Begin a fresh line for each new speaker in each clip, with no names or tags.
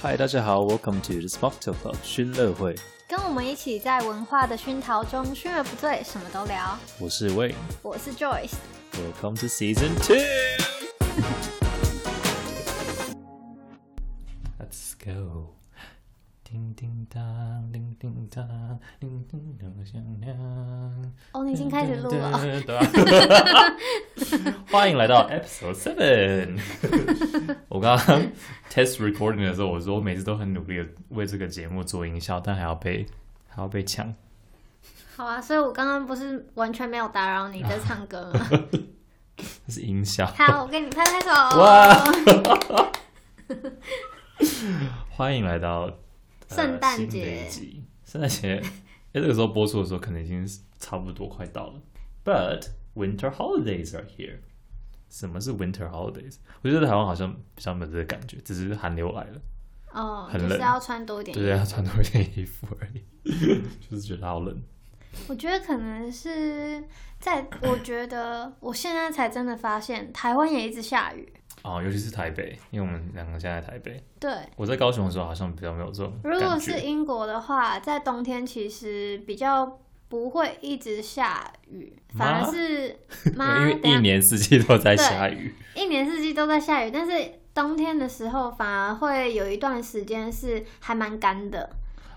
嗨，大家好，Welcome to the Smoke Talk Club 熏乐会，
跟我们一起在文化的熏陶中，熏而不醉，什么都聊。
我是 Wayne。
我是 Joyce，
Welcome to Season Two。Let's go。叮叮当，叮叮当，叮叮当响亮。
哦，你已经开始录了。
嗯对啊欢迎来到 Episode Seven。我刚刚 test recording 的时候，我说我每次都很努力的为这个节目做营销，但还要被还要被抢。
好啊，所以我刚刚不是完全没有打扰你 在唱歌吗？
这是营销。
好，我给你拍拍手。
哇！ 欢迎来到呃
圣诞节
新的一集圣诞节， 哎，这个时候播出的时候，可能已经是差不多快到了。But winter holidays are here。什么是 winter holidays？我觉得台湾好像比较没有这个感觉，只是寒流来了，
哦，
很
就
冷
是要穿多一点。
对，要穿多一件衣服而已， 就是觉得好冷。
我觉得可能是在，我觉得我现在才真的发现，台湾也一直下雨。
哦，尤其是台北，因为我们两个现在在台北，
对，
我在高雄的时候好像比较没有这种
如
感
果是
觉。
英国的话，在冬天其实比较不会一直下雨，反
妈
而是妈
因为
等
一
下
年四季都在
对
下雨，
一年四季都在下雨，但是冬天的时候反而会有一段时间是还蛮干的，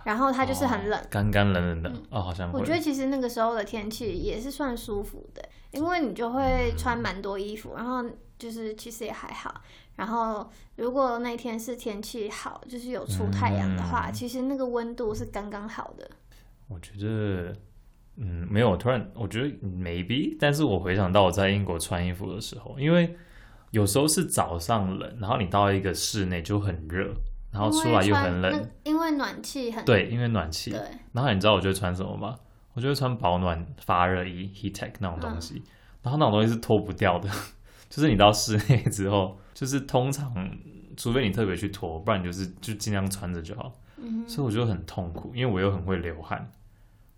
然后它就是很冷。嗯
哦干干冷冷的。哦，好像会
我觉得其实那个时候的天气也是算舒服的，因为你就会穿蛮多衣服，然后就是其实也还好。然后如果那天是天气好，就是有出太阳的
嗯
话，其实那个温度是刚刚好的。
我觉得，嗯，没有。突然，我觉得嗯 maybe，但是我回想到我在英国穿衣服的时候，因为有时候是早上冷，然后你到一个室内就很热，然后出来又很
哦因为穿
冷。
那因为暖气很
对，因为暖气。
对
然后你知道我就会穿什么吗？我就会穿保暖发热衣 （heattech） 那种东西，
嗯
然后那种东西是脱不掉的， 就是你到室内之后，就是通常除非你特别去脱，不然你就是就尽量穿着就好。
嗯
所以我就很痛苦，因为我又很会流汗，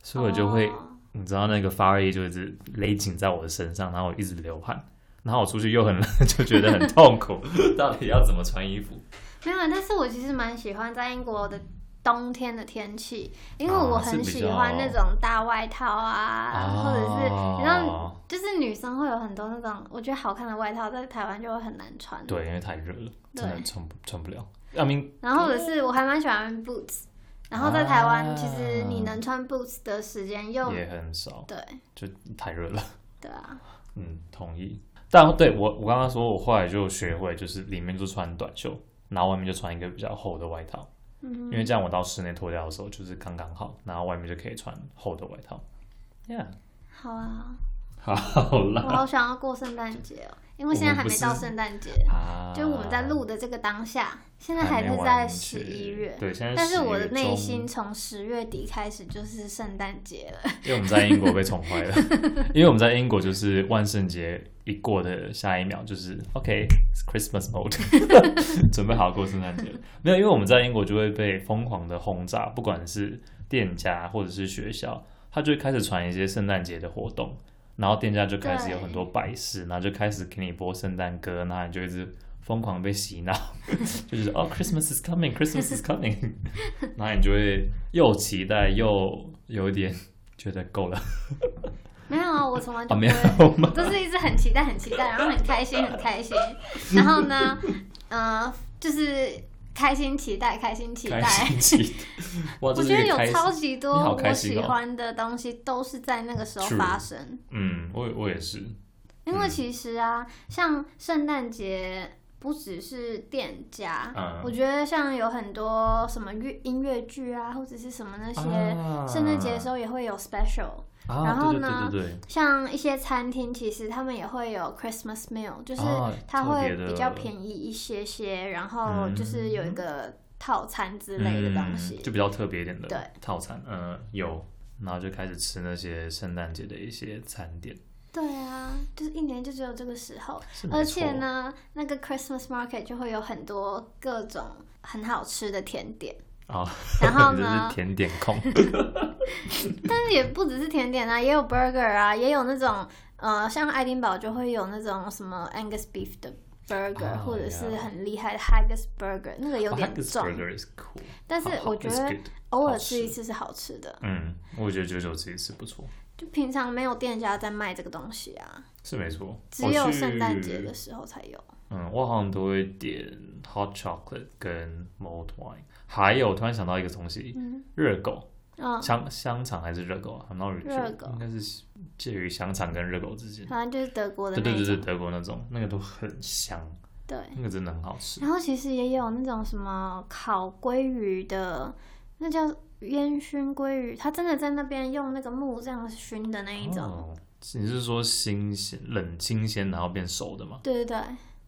所以我就会、
哦
你知道那个发热衣就一直勒紧在我的身上，然后我一直流汗，然后我出去又很 冷，就觉得很痛 苦。到底要怎么穿衣服？
没有，但是我其实蛮喜欢在英国的冬天的天气，因为
啊
我
是
很
比
喜
较
欢那种大外套啊，或者是你知道
哦，
就是女生会有很多那种我觉得好看的外套，在台湾就会很难穿。，
对，因为太热了，
对
真的穿不穿不了。阿明
然后或者是我还蛮喜欢 boots，然后在台湾
啊
其实你能穿 boots 的时间又
也很少，
对
就太热了。
对啊，
嗯，同意。但对我，我刚刚说，我后来就学会，就是里面就穿短袖，然后外面就穿一个比较厚的外套。
嗯
因为这样我到室内脱掉的时候就是刚刚好，然后外面就可以穿厚的外套。Yeah，
好啊，
好
我
啦
好想要过圣诞节哦，因为现在还没
我
到
们不是
圣诞节，
啊，
就我们在录的这个当下，现在还
还没
是在
完
十
结
一月。
对，现在
但是我的
11
内
中
心，从十月底开始就是圣诞节了。
因为我们在英国被宠坏了，因为我们在英国就是万圣节一过的下一秒就是 OK，it's Christmas mode，准备好过圣诞节了。没有，因为我们在英国就会被疯狂的轰炸，不管是店家或者是学校，他就会开始传一些圣诞节的活动，然后店家就开始有很多摆饰，然后就开始给你播圣诞歌，然后你就一直疯狂被洗脑， 就是哦，Christmas is coming，Christmas is coming，然后你就会又期待又有一点觉得够了
没有啊，我从来就
啊，
不
没
会，
有吗？
都是一直很期待、很期待，然后很开心、很开心。然后呢，呃，就是开心、期待、开心、期
开
待。
心期待，哇，
我
这
觉
是
得
一个开
有
心。
超级多
你好
我
开心哦
喜欢的东西都是在那个时候
True
发生。
嗯，我也我也是，
因
嗯
为其实啊，像圣诞节不只是店家，
嗯
我觉得像有很多什么乐音乐剧啊，或者是什么那些，
啊
圣诞节的时候也会有 special。
啊
然后
对
呢
对对对对，
像一些餐厅，其实他们也会有 Christmas meal，就是
啊
它
特别
会
的
比较便宜一些些，然后就是有一个套餐之类的东西
嗯，。就比较特别一点
对
的套餐，嗯、有，然后就开始吃那些圣诞节的一些餐点，
对啊，就是一年就只有这个时候，
是没
而且
错，
呢，那个 Christmas market 就会有很多各种很好吃的甜点。
啊，
然后
你
呢
这是甜点控，
但是也不只是甜点啊，也有 burger 啊，也有那种呃，像爱丁堡就会有那种什么 Angus beef 的 burger，、
哦
或者是
yeah
很厉害的 haggis burger，那个有点
Haggis
重
burger is cool，
但是
好好
我觉
it's
得
good
偶
好
尔
吃
吃一次是好吃的。
嗯，我觉得九九自己是不错，
就平常没有店家在卖这个东西啊，
是没错。
只
我
有
去
圣诞节的时候才有。
嗯，我好像都会点 hot chocolate 跟 malt wine，还有突然想到一个东西，
嗯
热狗
嗯，
香香肠还是热狗啊？I'm not really
热
sure，
狗
应该是介于香肠跟热狗之间。
反正就是德国的
对
那
对对对，
种。
德国那种那个都很香，
对，
那个真的很好吃。
然后其实也有那种什么烤鲑鱼的，那叫烟熏鲑鱼，它真的在那边用那个木这样熏的那一种。
哦，你是说新鲜冷清鲜然后变熟的吗？
对对对，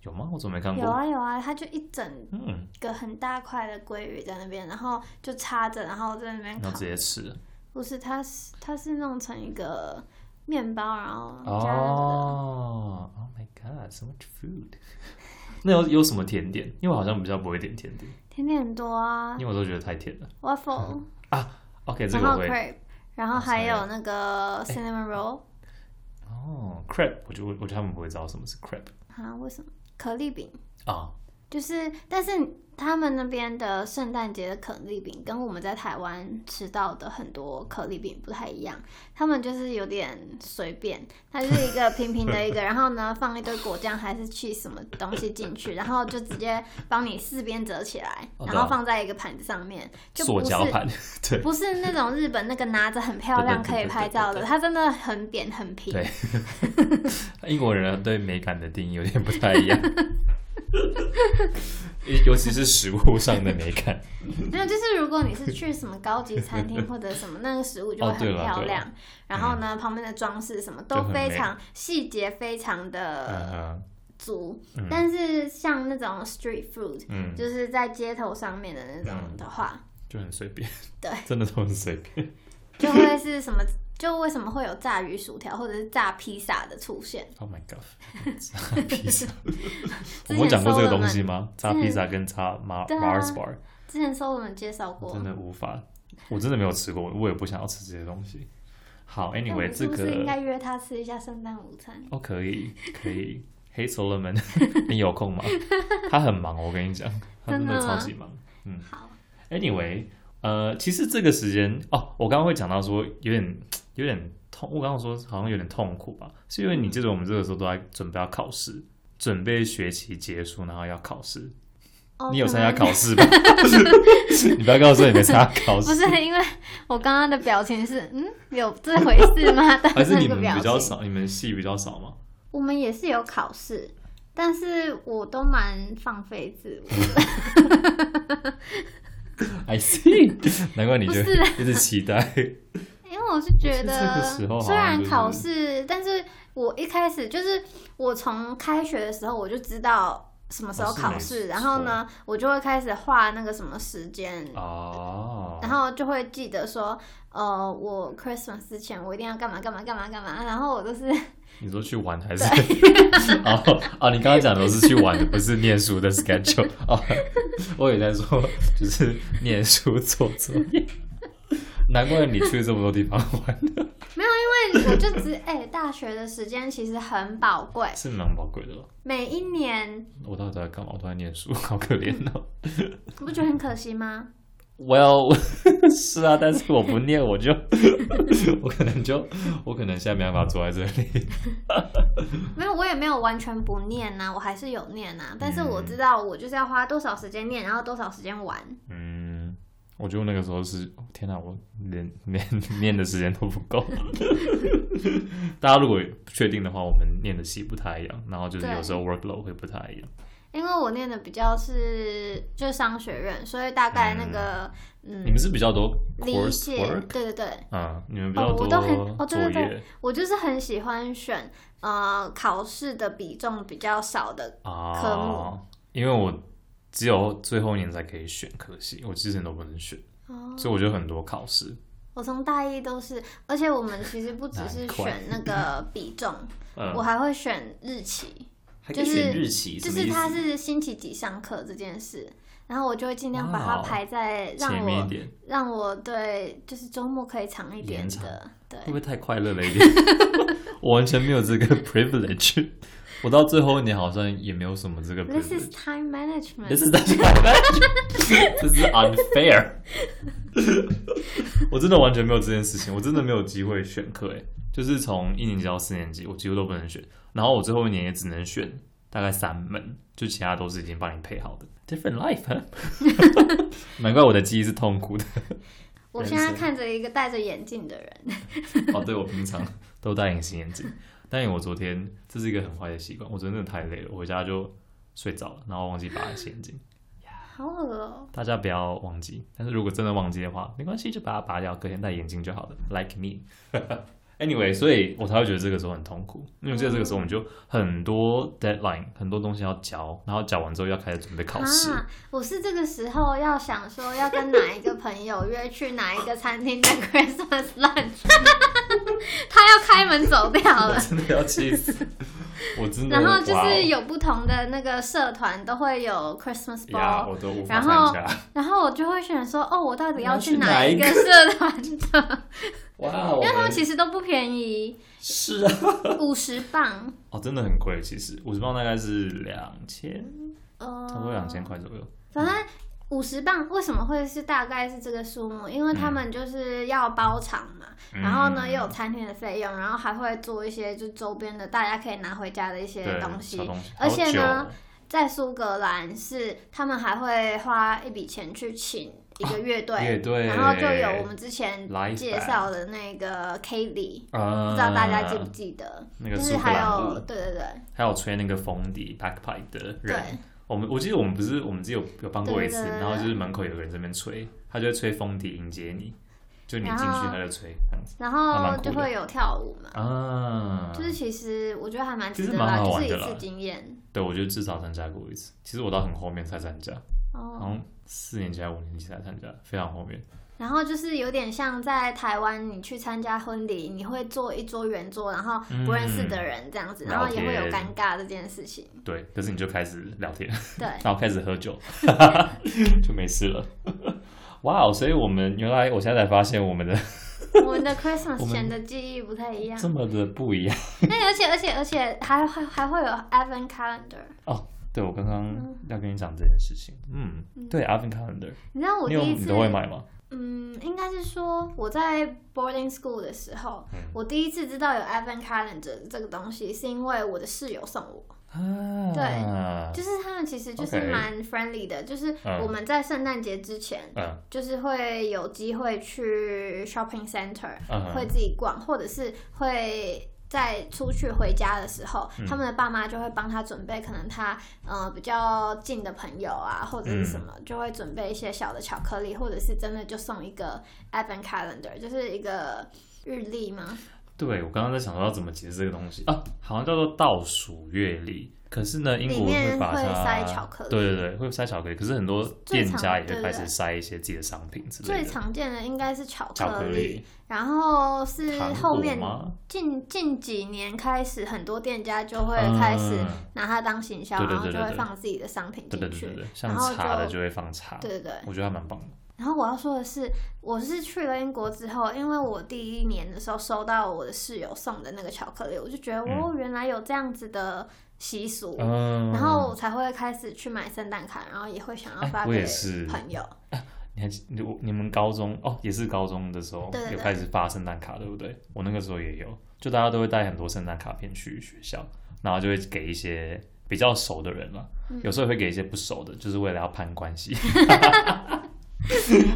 有吗？我怎么没看
有
过？
啊有啊，它就一整
嗯，
个很大块的鲑鱼在那边，然后就插着，然后在那边
然
烤
后。直接吃。
不是，它是它是弄成一个面包，然后加那个。
哦，Oh my God，so much food。那有有什么甜点？因为我好像比较不会点甜点，
甜点很多啊
因为我都觉得太甜了。
，waffle，、
OK，这
然
个哦我
后
会。
crepe，然后还有那个 cinnamon roll，、
哦，crepe，我觉得我我觉得他们不会知道什么是 crepe
啊，为什么可丽饼？
啊。
就是，但是他们那边的圣诞节的可丽饼跟我们在台湾吃到的很多可丽饼不太一样，他们就是有点随便，它就是一个平平的一 个，然后呢放一堆果酱还是去什么东西进去，然后就直接帮你四边折起来，
哦
然
对啊
后放在一个盘子上面，就
塑
不是
胶盘，对
不是那种日本那个拿着很漂亮
对对
可
对
以拍照
对对
的，
对
它真的很扁很平。
对英国人对美感的定义有点不太一 样，尤其是食物上的美感。
没有，就是如果你是去什么高级餐厅或者什 么，那个食物就会
哦对
很
了
漂
对了
亮。然后呢，旁边的装饰什么
就
都
很
非
美
常细节，非常
嗯
的
哼，
足。
嗯
但是像那种 street food，、
嗯，
就是在街头上面的那种
嗯
的话，
就很随便，
对，
真的都很随便。
就会是什么？就为什么会有炸鱼薯条或者是炸披萨的出现？
Oh my god，炸披萨，我
之前
们有讲过这个
Solomon-
东西吗？炸披萨跟炸 Mar
对啊
Mars bar，
之前 s o l 介绍
我
过
真，的无法，我真的没有吃过，我也不想要吃这些东西。好
那我
，Anyway，
们是
这
不是应该
个
约他吃一下圣诞午餐？
哦可以可以。黑 Solomon，你有空吗？他很忙，我跟你讲，他真
真的
的超
吗
级忙。嗯
好，
Anyway，呃，其实这个时间哦，我刚刚会讲到说有点有点痛，我刚刚说好像有点痛苦吧，是因为你记得我们这个时候都在准备要考试，准备学期结束，然后要考试，
哦
你有参加
可能
考试吧？ 你不要告诉我你没参加考
不
试，
是因为我刚刚的表情是嗯，有这回事 吗？但
还是你
那个
们
表
比较
情，
少，你们系比较少吗？
我们也是有考试，但是我都蛮放飞自我，
I see，难怪你就
嗯不是啊
一直期待，
因为我是觉
这
得
个时候好像
虽然
就是
考试，但是我一开始就是我从开学的时候我就知道。什么时候
哦是
考
没
试？
错
然后呢，我就会开始画那个什么时间，
哦，
然后就会记得说，呃，我 Christmas 之前我一定要干嘛干嘛干嘛干嘛。然后我都是
你说去玩还是？ 哦哦，你刚刚讲的是去玩的，不是念书的 schedule 哦。我也在说，就是念书做作业。难怪你去这么多地方玩，
因为我就只 哎、大学的时间其实很宝贵，
是蛮宝贵的了。
每一年，
我到底在干嘛？我都在念书， 好可怜哦。
你不觉得很可惜吗？
Well，是啊，但是我不念，我就我可能就我可能现在没办法坐在这里。
没有，我也没有完全不念啊呐、我还是有念呐、但是我知道我就是要花多少时间念，然后多少时间玩。
嗯，我觉得我那个时候是，哦天哪、我连 连念的时间都不够。 大家如果不确定的话，我们念的系不太一样，然后就是
对
有时候 workload 会不太一样。
因为我念的比较是就是商学院，所以大概那个嗯
你们是比较多
理
course
解，
work，
对对对，
嗯，你们比较
哦
多
我都很哦
作
对
业，
对对我就是很喜欢选呃考试的比重比较少的，科
啊
目，
因为我只有最后一年才可以选科系，我之前都不能选，
哦
所以我就很多考试。
我从大一都是，而且我们其实不只是
难怪
选那个比重，
嗯
我，还会选日期。
还
就是
期什
就
么
是
意思
他是星期几上课这件事，然后我就会尽量把它
哇哦
排在让
前面一
我
点，
让我对就是周末可以长一点
延长
的，对
会不会太快乐了一点？ 我完全没有这个 privilege。我到最后一年好像也没有什么这个
This is
privilege。
time management。
This is that's privilege。这是 unfair。我真的完全没有这件事情，我真的没有机会选课诶，就是从一年级到四年级，我几乎都不能选。然后我最后一年也只能选大概三门，就其他都是已经帮你配好的。Different life，huh? 难怪我的记忆是痛苦的。
我现在看着一个戴着眼镜的人，
哦，对，我平常都戴隐形眼镜，但我昨天这是一个很坏的习惯，我昨天真的太累了，我回家就睡着了，然后忘记拔隐形眼镜。
好恶哦、
大家不要忘记，但是如果真的忘记的话，没关系，就把它拔掉，隔天戴眼镜就好了。Like me 。Anyway，所以我才会觉得这个时候很痛苦，因为我记得这个时候我们就很多 deadline，很多东西要交，然后交完之后要开始准备考试。
啊！我是这个时候要想说要跟哪一个朋友约去哪一个餐厅的 Christmas lunch，他要开门走掉
我
了。
真的要气 死！我真的。
然后就
哇哦
是有不同的那个社团都会有 Christmas
哦呀，
ball，
我都无法
然
参
后
加。
然后我就会选说，哦，我到底要去
你要去哪
哪
一
一
个
个社团 的？
哇哦！
因为他们其实都不便 宜，
是啊，
五十磅，
哦，真的很贵，其实五十磅大概是两千，
呃，
差不多两千块左右。
反正五十磅为什么会是大概是这个数目？因为他们就是要包场嘛，
嗯
然后呢也有餐厅的费用，然后还会做一些就周边的大家可以拿回家的一些
对，
东西
小。东西，
而且呢
好久哦，
在苏格兰是他们还会花一笔钱去请一个乐队，
乐队
然后就有我们之前
Live
介绍的那个 k a t l i e
呃，
不知道大家记不记得？
那个
就
苏
是
格
还
兰
有
舞，
对对对
还有吹那个风笛 backpipe 的
对
人，我们我记得我们不是我们自己有有帮过一次，
对对对
然后就是门口有个人在那边吹，他就会吹风笛迎接你，就你进去
然后
他就吹这样子
然
还蛮
后
酷
就
的
会有跳舞嘛。
啊。
就是其实我觉得还蛮值
其
得
实蛮好
就是
玩的
一
啦
次经验。
对，我就至少参加过一次。其实我到很后面才参加，好
哦，
像四年级还是五年级才参加，非常后面。
然后就是有点像在台湾，你去参加婚礼，你会坐一桌圆桌，然后不认识的人这样子，
嗯
然后也会有
聊天
尴尬这件事情。
对，可是你就开始聊天。
对，
然后开始喝酒， 就没事了。 哇哦！所以我们原来我现在才发现我们的
我们的 Christmas
我们
前的记忆不太一样。
这么的不一样。
那而且而且而且还还还会有 Advent Calendar。
对，我刚刚要跟你讲这件事情。嗯，对 a v e n Calendar，
你知道我
你
第
有
一
你
次
都会买吗？
嗯，应该是说我在 boarding school 的时候，
嗯
我第一次知道有 Advent Calendar 这个东西，是因为我的室友送我。
啊，
就是他们其实就是
OK
蛮 friendly 的就是
嗯
我们在圣诞节之前，
嗯
就是会有机会去 shopping center，、
嗯
会自己逛，或者是会。在出去回家的时候，
嗯
他们的爸妈就会帮他准备，可能他呃比较近的朋友啊，或者是什
嗯
么，就会准备一些小的巧克力，或者是真的就送一个 advent calendar，就是一个日历吗？
对我刚刚在想说要怎么解释这个东西啊，好像叫做倒数月历。可是呢，英国
里面
把它
会塞巧克力
对对对，会塞巧克力。可是很多
最
店
常
家也
对
会
对
开
对
始塞一些自己的商品之类
最
的
常见的应该是巧
巧克力。
然后是
糖
后
果
面
吗
近近几年开始，很多店家就会
嗯
开始拿它当行销，
对对
然后
对
就
对
会
对
放自己的商品
对对对
进去
对对，。像
然后
茶的
就
就会放茶，
对对对。
我觉得还蛮棒的。
然后我要说的是，我是去了英国之后，因为我第一年的时候收到我的室友送的那个巧克力，我就觉得
嗯
哦，原来有这样子的习俗。
嗯，
然后我才会开始去买圣诞卡，然后也会想要
哎
发
我也
给
是
朋友。
你还记你我你们高中哦，也是高中的时候
对对对
有开始发圣诞卡，对不对？我那个时候也有，就大家都会带很多圣诞卡片去学校，然后就会给一些比较熟的人嘛，
嗯
有时候也会给一些不熟的，就是为了要攀关系。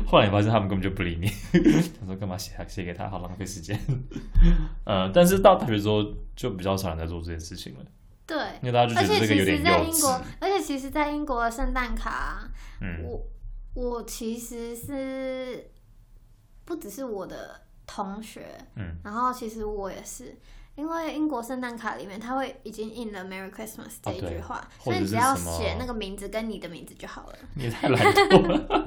后来你发现他们根本就不理你， 他说干嘛写他写给他，好浪费时间。呃，但是到大学之后就比较少人在做这件事情了，
对，
因为大家就
而
觉得这
且
个有
其实，
点
在
幼
英国
稚。，
而且其实，在英国的圣诞卡啊、
嗯，
我我其实是不只是我的同学，
嗯，
然后其实我也是，因为英国圣诞卡里面它会已经印了 “Merry Christmas” 这一句
哦对
话，
或
所以
者
你
是
只要
什么
写那个名字跟你的名字就好了。
你也太懒惰了。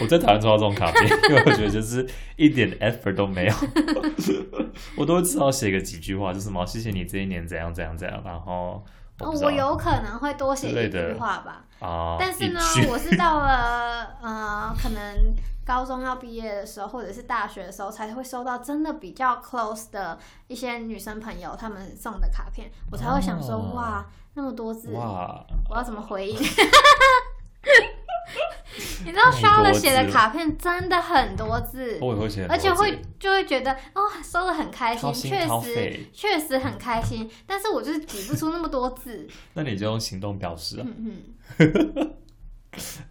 我最讨厌抽到这种卡片，因为我觉得就是一点 effort 都没有。我都会至少写个几句话，就是什么谢谢你这一年怎样怎样怎样，然后
哦
不知，道
我有可能会多写
之类
一
的
句话吧。
啊，
但是呢
一句，
我是到 了呃，可能高中要毕业的时候，或者是大学的时候，才会收到真的比较 close 的一些女生朋友他们送的卡片，我才会想说，
哦
哇，那么多字，我
哇，
要怎么回 应？ 你知道 s
那
h
么
a
多字
写的卡片真的很多字，
我也会写很多字，
而且会就会觉得哦，收的很开心，
掏心
确
掏
实
肺，
确实很开心，但是我就是挤不出那么多 字，
那你就用行动表示啊
嗯嗯。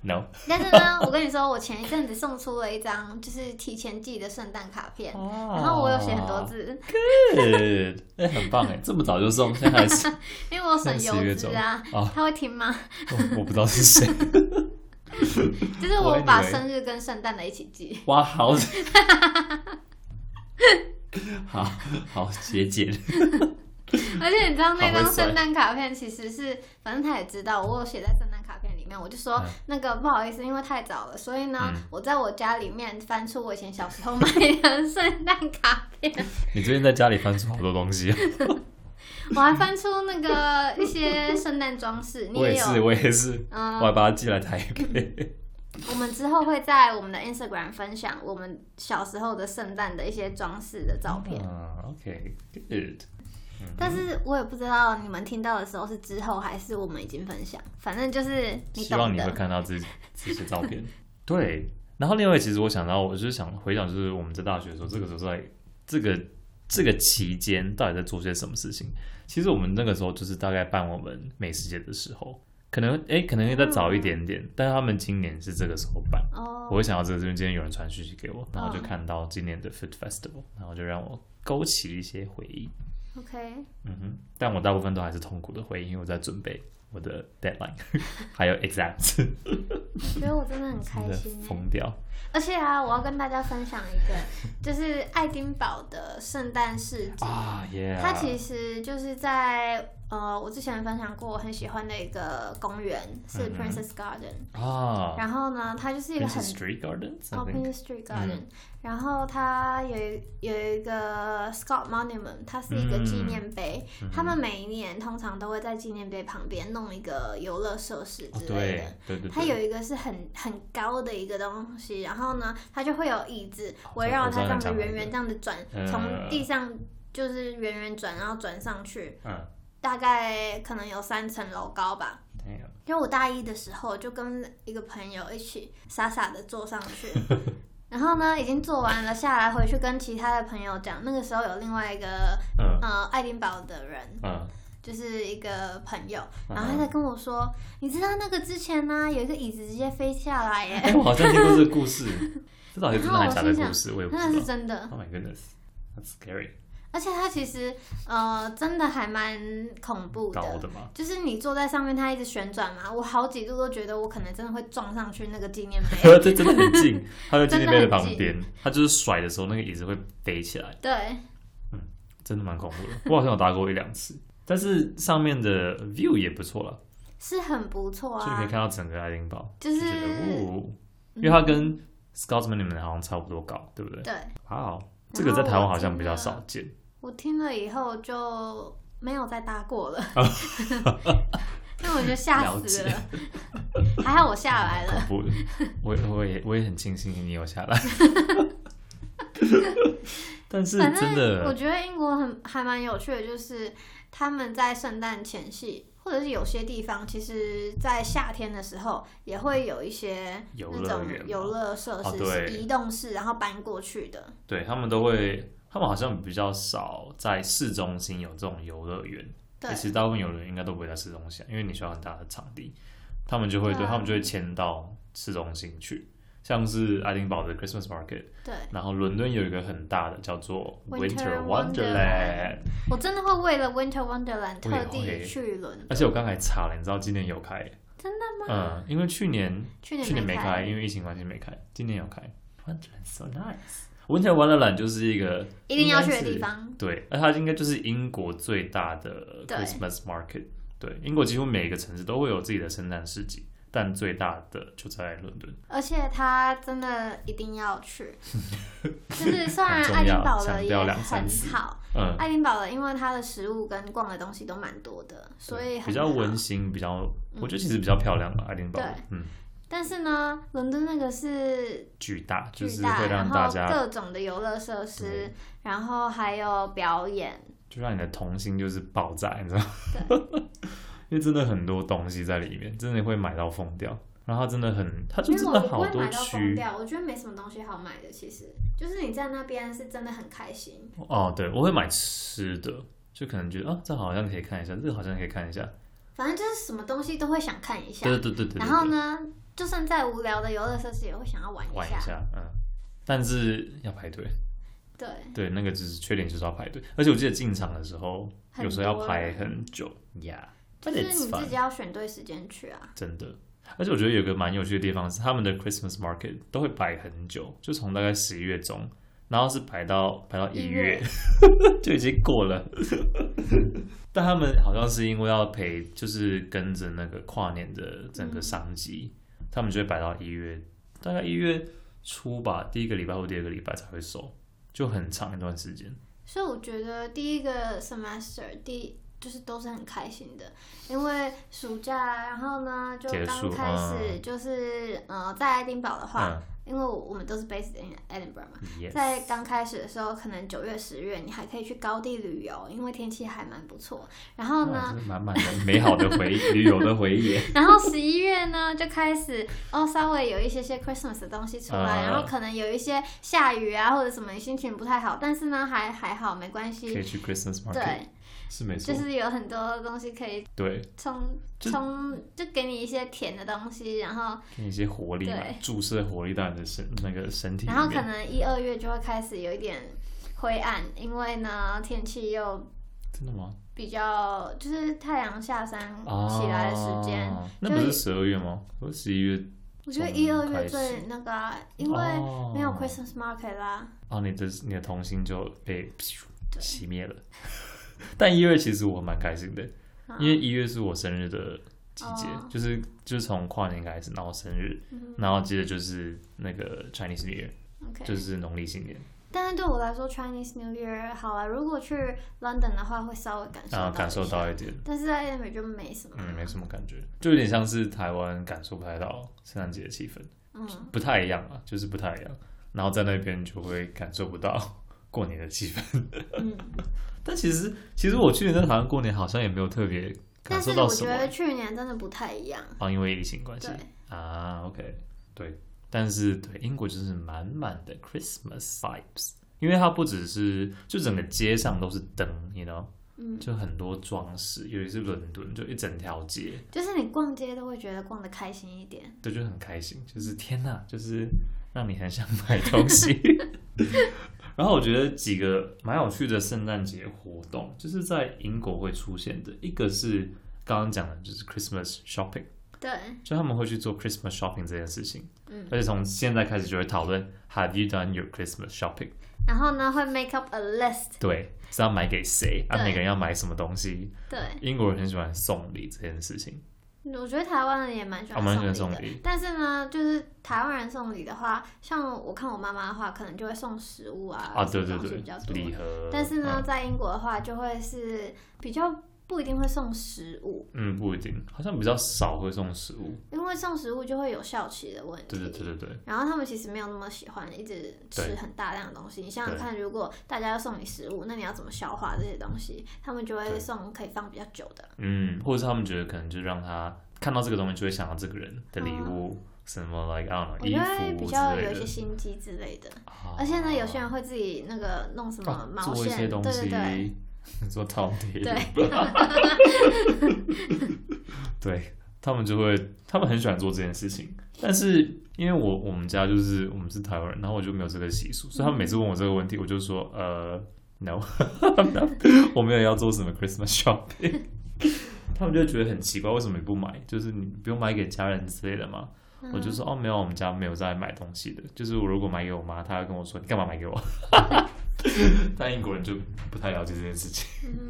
，no，
但是呢，我跟你说，我前一阵子送出了一张就是提前寄的圣诞卡片，然
然
后我有写很多字，
字，哎，很棒哎，这么早就送，现在还 是
因为我省邮资啊
11月中哦。
他会听吗？
我我不知道是谁，
就是
我以
我
为
把生日跟圣诞的一起寄。
哇， 好，好好节俭，
而且你知道那
好
张
会算
圣诞卡片其实是，反正他也知道我有写在圣诞卡片里面，我就说
嗯
那个不好意思，因为太早了，所以呢
嗯，
我在我家里面翻出我以前小时候买的圣诞卡片，
你最近在家里翻出好多东 西啊，
我还翻出那个一些圣诞装饰，你
我也是，
有。
我也是，
嗯
我，还把它寄来台北，
我们之后会在我们的 Instagram 分享我们小时候的圣诞的一些装饰的照片，
嗯，OK，good，
但是我也不知道你们听到的时候是之后还是我们已经分享，反正就是你
希望
懂
你会
的。
看到这这些照 片，对。然后另外，其实我想到，我就是想回想，就是我们在大学的时候，这个时候在这个这个期间到底在做些什么事情？其实我们那个时候就是大概办我们美食节的时候，可能诶，可能再早一点点，但是他们今年是这个时候办。我
哦，嗯
会想到这个，是因为今天有人传讯息给我，然后就看到今年的 Food Festival，然后就让我勾起了一些回忆。
OK，
嗯哼，但我大部分都还是痛苦的回忆，因为我在准备我的 deadline，还 有 exams，
我觉得我真的很开
真的
心啊 耶。
疯掉。
而且啊，我要跟大家分享一个，就是爱丁堡的圣诞市集。
啊耶！
它其实就是在呃，我之前分享过我很喜欢的一个公园是
嗯哼
Princess Garden，、
啊
然后呢，它就是一个很
Princess Street Gardens，
哦
I think
，Prince
嗯
Street Garden，、然后它有一有一个 Scott Monument，它是一个纪
嗯
念碑。他们每一年通常都会在纪念碑旁边弄一个游乐设施
哦
之类的。
对对对，
它
对
有一个是很很高的一个东西，然后呢，它就会有椅子围绕
哦我知
它
道
这样
你
子
讲的
圆圆这样子转，
嗯
从地上就是圆圆转，然后转上去，
嗯，
大概可能有三层楼高吧。
哎呀
因为我大一的时候就跟一个朋友一起傻傻的坐 上去，然后呢已经做完了，下来回去跟其他的朋友讲，那个时候有另外一个
嗯
呃爱丁堡的人，
嗯
就是一个朋友，
嗯
然后他在跟我说，你知道那个之前呢、有一个椅子直接飞下来
哎，
耶，
我好像听过这个故事， 这到底是真的还是假的
然后我心想
故事？我也不
那
知
是
道。
真的，
Oh my goodness，that's scary，
而且他其实呃真的还蛮恐怖
高
的。
的嘛，
就是你坐在上面，它一直旋转嘛，我好几度都觉得我可能真的会撞上去那个纪念碑。
这真的很近，它在纪念碑的
真的很
旁边，它就是甩的时候那个椅子会飞起来，
对，
真的蛮恐怖的。我好像有搭过一两次，但是上面的 view 也不错了，
是很不错
所以你可以
啊，
看到整个爱丁堡，
就
就觉得
是嗯
哦，因为它跟 Scotsman 你们好像差不多高，对不对？
对
哇哦，这个在台湾好像比较少见。
我听了以后就没有再搭过了，
哦
因为我觉得吓死了，还好我下来了。
不，我 我也我也很庆幸你有下 来。但 是
反
真
正我
的，
觉得英国很还蛮有趣的，就是他们在圣诞前夕，或者是有些地方，其实在夏天的时候也会有一些
游
那
乐
种
园吗
游乐设
哦
施
对
是移动式，然后搬过去的。
对他们都会，他们好像比较少在市中心有这种游乐园。
对
欸，其实大部分游乐园应该都不会在市中心啊，因为你需要很大的场地，他们就会对
对啊
他们就会迁到市中心去，像是爱丁堡的 Christmas Market，
对，
然后伦敦有一个很大的叫做
Winter
Winter
Wonderland
Wonderland，
我真的会为了 Winter Wonderland
我也
特地
会
去伦
而
敦，
且我刚才查了，你知道今年有开，
真的吗？
嗯，因为去年
去年
去年没开，因为疫情关系没开，今年有开。Wonderland so nice。Winter Wonderland 就是一个
一定要去的地方。
对，那它应该就是英国最大的
对
Christmas market。对，英国几乎每个城市都会有自己的圣诞市集，但最大的就在伦敦。
而且他真的一定要 去，就是虽然
很重
爱丁
要
堡
强
的也
调两三
很
次
好，
嗯，
爱丁堡的因为它的食物跟逛的东西都蛮多的，所以很
比较
好嗯
温馨，比较我觉得其实比较漂亮吧，爱丁堡
对，
嗯，
但是呢，伦敦那个是
巨大，就
巨
是
大，
会
然
让
后
大家，
各种的游乐设施，然后还有表演，
就让你的童心就是爆炸，你知道吗？
对，
因为真的很多东西在里面，真的会买到疯掉。然后它真的很，它就
因为
真
我
的
不
好
会
多
买到疯
区
掉，我觉得没什么东西好买的，其实就是你在那边是真的很开心，
哦，对，我会买吃的，就可能觉得啊，这好像可以看一下，这个好像可以看一下，
反正就是什么东西都会想看一下，
对对对对对。对
然后？呢，就算再无聊的游乐设施也会想要玩
玩一下，嗯，但是要排队，
对，
对，那个只是缺点就是要排队，而且我记得进场的时候
很
有时候要
多
排
人
很久呀，
就
but
是
it's
你
fun
自己要选对时间去啊。
真的。而且我觉得有个蛮有趣的地方是，他们的 Christmas market 都会摆很久，就从大概十一月中，然后是摆到摆到一
一
月
月，
就已经过了。 但他们好像是因为要陪，就是跟着那个跨年的整个商机，他们就会摆到一月，大概一月初吧，第一个礼拜或第二个礼拜才会收，就很长一段时间。
所以我觉得第一个 semester 第就是都是很开心的，因为暑假，然后呢就
结束
刚开始就是、呃在爱丁堡的话，
嗯，
因为我们都是 based in Edinburgh 嘛。
耶，
在刚开始的时候，可能九月、十月，你还可以去高地旅游，因为天气还蛮不错。然后呢，
哇，真的嗯满满的美好的回忆，旅游的回 忆。
然后十一月呢，就开始哦，稍微有一些些 Christmas 的东西出
嗯
来，然后可能有一些下雨啊，或者什么心情不太好，但是呢，还还好，没关
可以
系。
去 Christmas market，
对，
是没错，
就是有很多东西可以
对，
冲
就是
冲，就给你一些甜的东西，然后
给你一些活力嘛
对，
注射活力到你的身那个身体里面。
然后可能一二月就会开始有一点灰暗，因为呢天气又
真的吗？
比较就是太阳下山
啊，
起来的时间，
那
就
不是
是
十二月吗？不是十一月？
我觉得
从
一二
开
月
始
最那个、啊，因为
哦
没有 Christmas market 啦、
哦，你的你的童心就被咻熄灭了。 但一月其实我蛮开心的，
啊
因为一月是我生日的季节，
哦
就是就是从跨年开始，然后生日，
嗯
然后接着就是那个 Chinese New Year，
OK，
就是农历新年，
但是对我来说，Chinese New Year 好了，如果去 London 的话，会稍微感受
然
到、
后啊感受到一点，
但是在 Edinburgh 就没什么，
嗯，没什么感觉，就有点像是台湾感受不太到圣诞节的气氛。
嗯，
不太一样啊，就是不太一样。然后在那边就会感受不到 过年的气氛。
嗯
但其实，其实我去年在台湾过年好像也没有特别感
但
受
是
到
我
什
觉
么
得去年真的不太一样，
啊，因为疫情关系
对，
啊。OK，对，但是对英国就是满满的 Christmas vibes，因为它不只是就整个街上都是灯，you know，
嗯，
就很多装饰，尤其是伦敦，就一整条街。
就是你逛街都会觉得逛的开心一点，
对，就很开心，就是天哪，就是让你很想买东西。 然后我觉得几个蛮有趣的圣诞节活动，就是在英国会出现的，一个是刚刚讲的，就是 Christmas shopping，
对，
就他们会去做 Christmas shopping 这件事情，
嗯，
而且从现在开始就会讨论 Have you done your Christmas shopping？
然后呢会 make up a list，
对，是要买给谁？啊，
对
每个人要买什么东西？
对，
英国人很喜欢送礼这件事情，
我觉得台湾人也蛮喜
啊蛮喜欢
欢送礼
送
的，
礼
但是呢，就是台湾人送礼的话，像我看我妈妈的话，可能就会送食物啊，
啊，对
什
对
么东西
对
比较，多，
礼盒。
但是呢，
嗯
在英国的话，就会是比较不一定会送食物，
嗯，不一定，好像比较少会送食物。
因为送食物就会有效期的问题。
对对对对对，
然后他们其实没有那么喜欢一直
对
吃很大量的东西。你想想
对
看，如果大家要送你食物，那你要怎么消化这些东西？他们就
对
会送可以放比较久的。
嗯，或者是他们觉得可能就让他看到这个东西就会想到这个人的礼物，什么 like I don't
啊我
know
觉得
衣
比
服
较
之
有
类
一些
的。
心机之类的。
啊
而且呢，有些人会自己那个弄什么
啊
毛
做一些
线，
东
对
西，
对 对，
做套贴，
对
对他们就会，他们很喜欢做这件事情。但是因为我我们家就是我们是台湾人，然后我就没有这个习俗，所以他们每次问我这个问题，我就说呃 no，我没有要做什么 Christmas shopping。他们就觉得很奇怪，为什么你不买？就是你不用买给家人之类的吗？
嗯
我就说哦，没有，我们家没有在买东西的。就是我如果买给我妈，她会跟我说你干嘛买给我？ 但英国人就不太了解这件事情，
嗯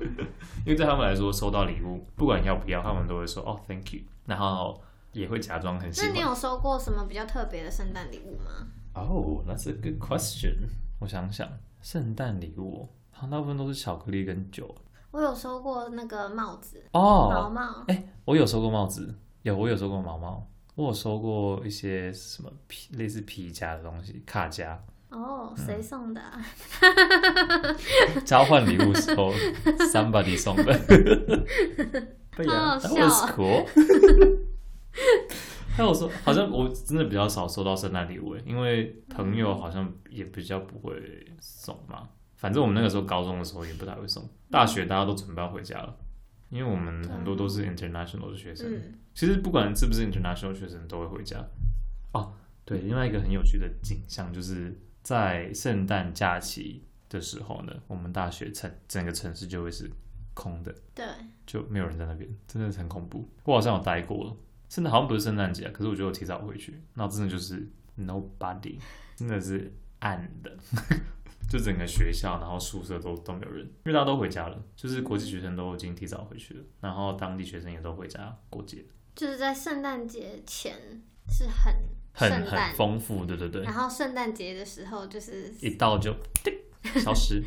因为对他们来说，收到礼物不管要不要，他们都会说哦，thank，“Oh, you，然后也会假装很喜
那
欢
你。有收过什么比较特别的圣诞礼物吗？
哦、那 t h a t s a good question。我想想，圣诞礼物，好，大部分都是巧克力跟酒。
我有收过那个帽子，毛
哦，
帽，
哎，我有收过帽子，有，我有收过毛毛，我有收过一些什么皮，类似皮夹的东西，卡夹，
哦，
嗯
谁送的、啊？
交换礼物时 候 somebody 送的。 对呀、
好好
that
笑
was
啊
cool 还有说，好像我真的比较少收到圣诞礼物，因为朋友好像也比较不会送嘛。反正我们那个时候高中的时候也不太会送，大学大家都准备要回家了，因为我们很多都是 international 的学生，
嗯，
其实不管是不是 international 学生都会回家。哦，对，另外一个很有趣的景象就是在圣诞假期的时候呢，我们大学城整个城市就会是空的，
对，
就没有人在那边，真的是很恐怖。我好像有待过了，甚至好像不是圣诞节啊，可是我觉得我提早回去，那真的就是 nobody，真的是暗的。 就整个学校，然后宿舍都都没有人，因为大家都回家了，就是国际学生都已经提早回去了，然后当地学生也都回家过节。
就是在圣诞节前是很
很
圣
很
诞，
丰富，对对对，
然后圣诞节的时候就是
一到就消 失。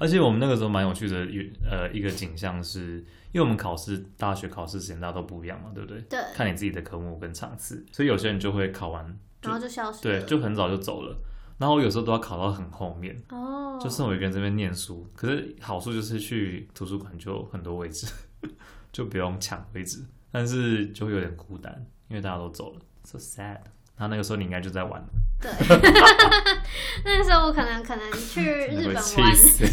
而且我们那个时候蛮有趣的一，呃，一个景象是，因为我们考试大学考试时间大家都不一样嘛，对不对？
对，
看你自己的科目跟场次，所以有些人就会考完，
然后就消失
对，
了。
就很早就走了。然后有时候都要考到很后面，
哦，
就剩我一个人这边念书。可是好处就是去图书馆就有很多位置， 就不用抢位置，但是就会有点孤单，因为大家都走了，so sad。他那个时候你应该就在玩
对， 那时候我可能 可能去 日本
气
玩，
死！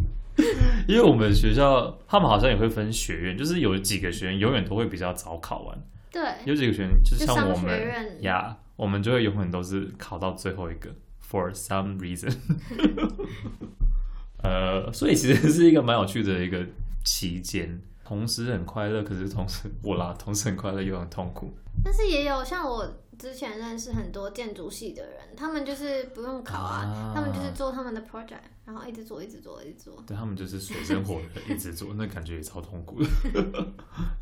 因为我们学校，他们好像也会分学院，就是有几个学院永远都会比较早考完，
对，
有几个学院就
就
像
商
我
学
们
院
呀我们就会永远都是考到最后一个，for some reason。呃，所以其实是一个蛮有趣的一个期间，同时很快乐，可是同时我啦，同时很快乐又很痛苦。
但是也有像我之前认识很多建筑系的人，他们就是不用考啊，
啊
他们就是做他们的 project，然后一直做，一直做，一直做。
对他们就是水深火热一直做，那感觉也超痛苦的，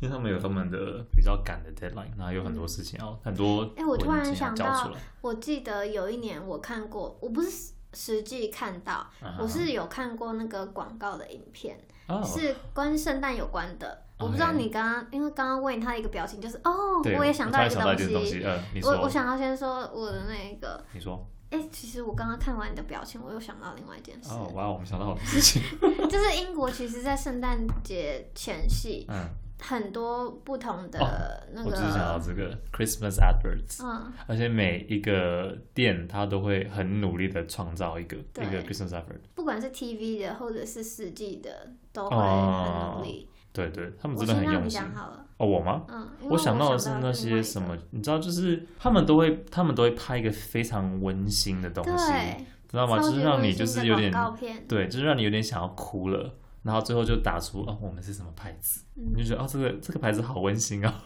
因为他们有他们的比较赶的 deadline，然后有很多事情要很多
哎我突
文
然
件要
想
交
到
出来，
我记得有一年我看过，我不是实实际看到，
啊
我是有看过那个广告的影片，
哦
是关于圣诞有关的。我不知道
OK
你刚刚，因为刚刚问他的一个表情就是哦，
对，
我也想
突
到
然
一个
想到一件
东
东
西。
西，呃，你
我我
说，
想要先说我的那个，
你说，
哎、其实我刚刚看完你的表情，我又想到另外一件事，
哦，哇，我们想到好多事情，
就是英国其实，在圣诞节前夕，
嗯，哦
很多不同的那
我就是想到
个，
这个 Christmas adverts，
嗯，
而且每一个店它都会很努力的创造一个
对
一个 Christmas advert，
不管是 TV 的或者是实际的，都会
哦
很努力。
对对，他们
我
真的
先
很
让
用
你
心
讲。好了，
哦，我吗？
嗯，因为
我想到的是
想
那
另外
些
一
什
个
么，你知道，就是他们都会，他们都会拍一个非常温馨的东西，
对，
知道吗？就
超级
是让
温
你
馨
就是
的
有点，
广告片，
对，就是让你有点想要哭了，然后最后就打出哦，我们是什么牌子，
嗯
你就觉得哦，这个这个牌子好温馨啊、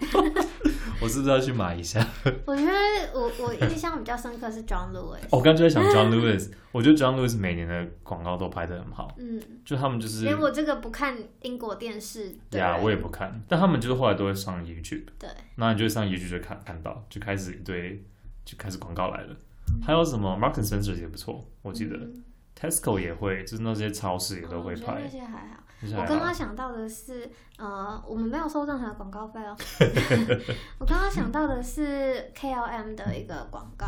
我是不是要去买一下？
我觉得我我印象比较深刻是欸 John Lewis，
我刚就在想 John Lewis，我觉得 John Lewis 每年的广告都拍的很好，
嗯，
就他们就是
连我这个不看英国电视的
呀，
人
我也不看，但他们就是后来都会上 YouTube，
对，
那你就上 YouTube 就看看到，就开始一堆就开始广告来了。还有什么 Mark and Spencer 也不错，我记得、
嗯
Tesco 也会，就是那些超市也都
我
会
觉得
拍
那。些还好。
就是
哦我
还
刚
好
刚想到的是，呃，我们没有收任何广告费 哦。我刚刚想到的是 KLM 的一个广告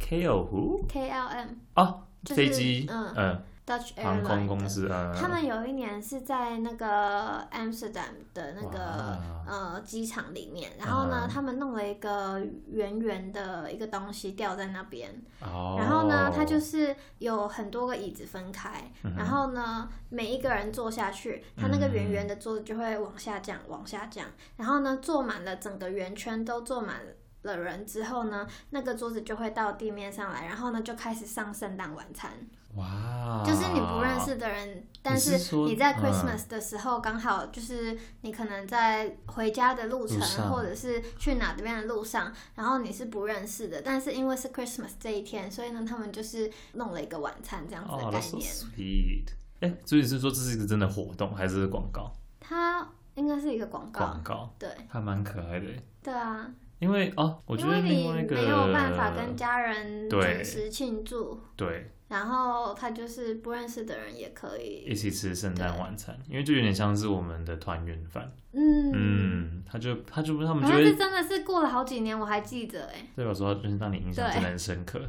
KO Who
，KLM
啊，
就是
飞机，
嗯
嗯，
Dutch
航空公
Airlines 的。
司，嗯，
他们有一年是在那个 Amsterdam 的那个
哇
呃机场里面，然后
嗯
呢，他们弄了一个圆圆的一个东西吊在那边，
哦，
然后呢，它就是有很多个椅子分开，
嗯哼
然后呢，每一个人坐下去，它那个
嗯
圆圆的桌子就会往下降，往下降。然后呢，坐满了整个圆圈都坐满了人之后呢，那个桌子就会到地面上来，然后呢，就开始上圣诞晚餐，
哇，
就是你不认识的人，但
啊是说
你在
嗯
Christmas 的时候刚好就是你可能在回家的路程
路上
或者是去哪边的路上，然后你是不认识的，但是因为是 Christmas 这一天，所以呢，他们就是弄了一个晚餐这样子
哦
的概
，that's so
念。
sweet。哎，所以是说这是一个真的活动还是广告？
它。应该是一个广告。
广告，
对
还蛮可爱的。
对啊，
因为哦，我觉
因
得
为
另
你
外一个
没有办法跟家人
对
准时庆祝，
对
然后他就是不认识的人也可以
一。起吃圣诞晚餐，因为就有点像是我们的团圆饭。
嗯，
嗯，他就他就他们就
然后
会
这真的是过了好几年，我还记得哎、
代表说，就是让你印象
对
真的很深刻。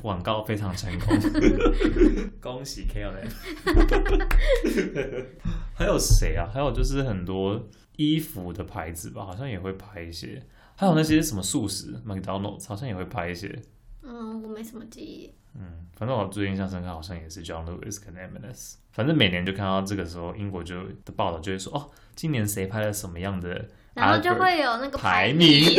广告非常成功， 恭喜 KLM。还有谁啊？还有就是很多衣服的牌子吧，好像也会拍一些。还有那些什么素食，McDonald's 好像也会拍一些。
嗯，我没什么记忆。
嗯，反正我最印象深刻好像也是 John Lewis 跟 M&S。反正每年就看到这个时候，英国就的报道就会说，哦，今年谁拍了什么样的
然后就
advert
会有那个
啊排
名，
名。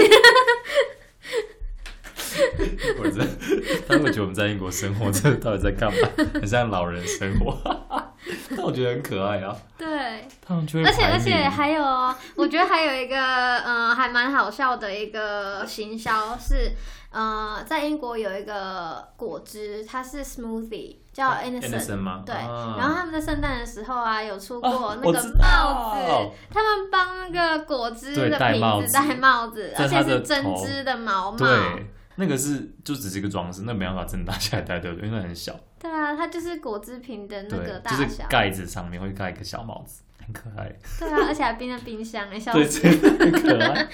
我真， 他会觉得我们在英国生活，这到底在干嘛？很像老人生活， 但我觉得很可爱啊。
对，
他们就会
而且
排名
而且还有哦，我觉得还有一个嗯、呃还蛮好笑的一个行销是，呃，在英国有一个果汁，它是 smoothie，叫 innocent。
啊 Innocent 吗？
对，
啊
然后他们在圣诞的时候啊，有出过
哦
那
我
个
知
帽子，
道
他们帮那个果汁
对
的
戴帽
瓶
子
子戴帽子，
在
而
它
且
的
是针
头
织的毛帽。
对，那个是就只是一个装饰，那没办法真的拿下来戴，对不对？因为那很小，
对啊，它就是果汁瓶的那
对
个，大
就是
小。
盖子上面会盖一个小帽子，很可爱。
对啊，而且还冰在冰箱， 哎，笑
对，
死。
真的很可爱。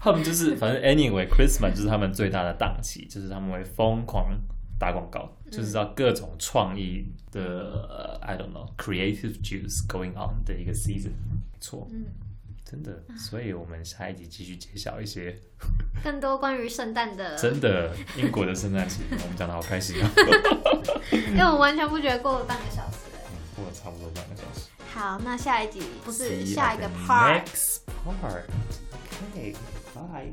他们就是，反正 anyway Christmas 就是他们最大的档期，就是他们会疯狂打广告，
嗯
就是要各种创意的、呃 I don't know creative juice going on 的一个 season。没错，
嗯，啊
真的，所以我们下一集继续揭晓一些
更多关于圣诞的，
真的英国的圣诞节，我们讲的好开心 啊！
因为我完全不觉得过了半个小时了。
嗯过了差不多半个小时，
好，那下一集不是
See you
下一
at
个
the
part。
next part。Okay, bye.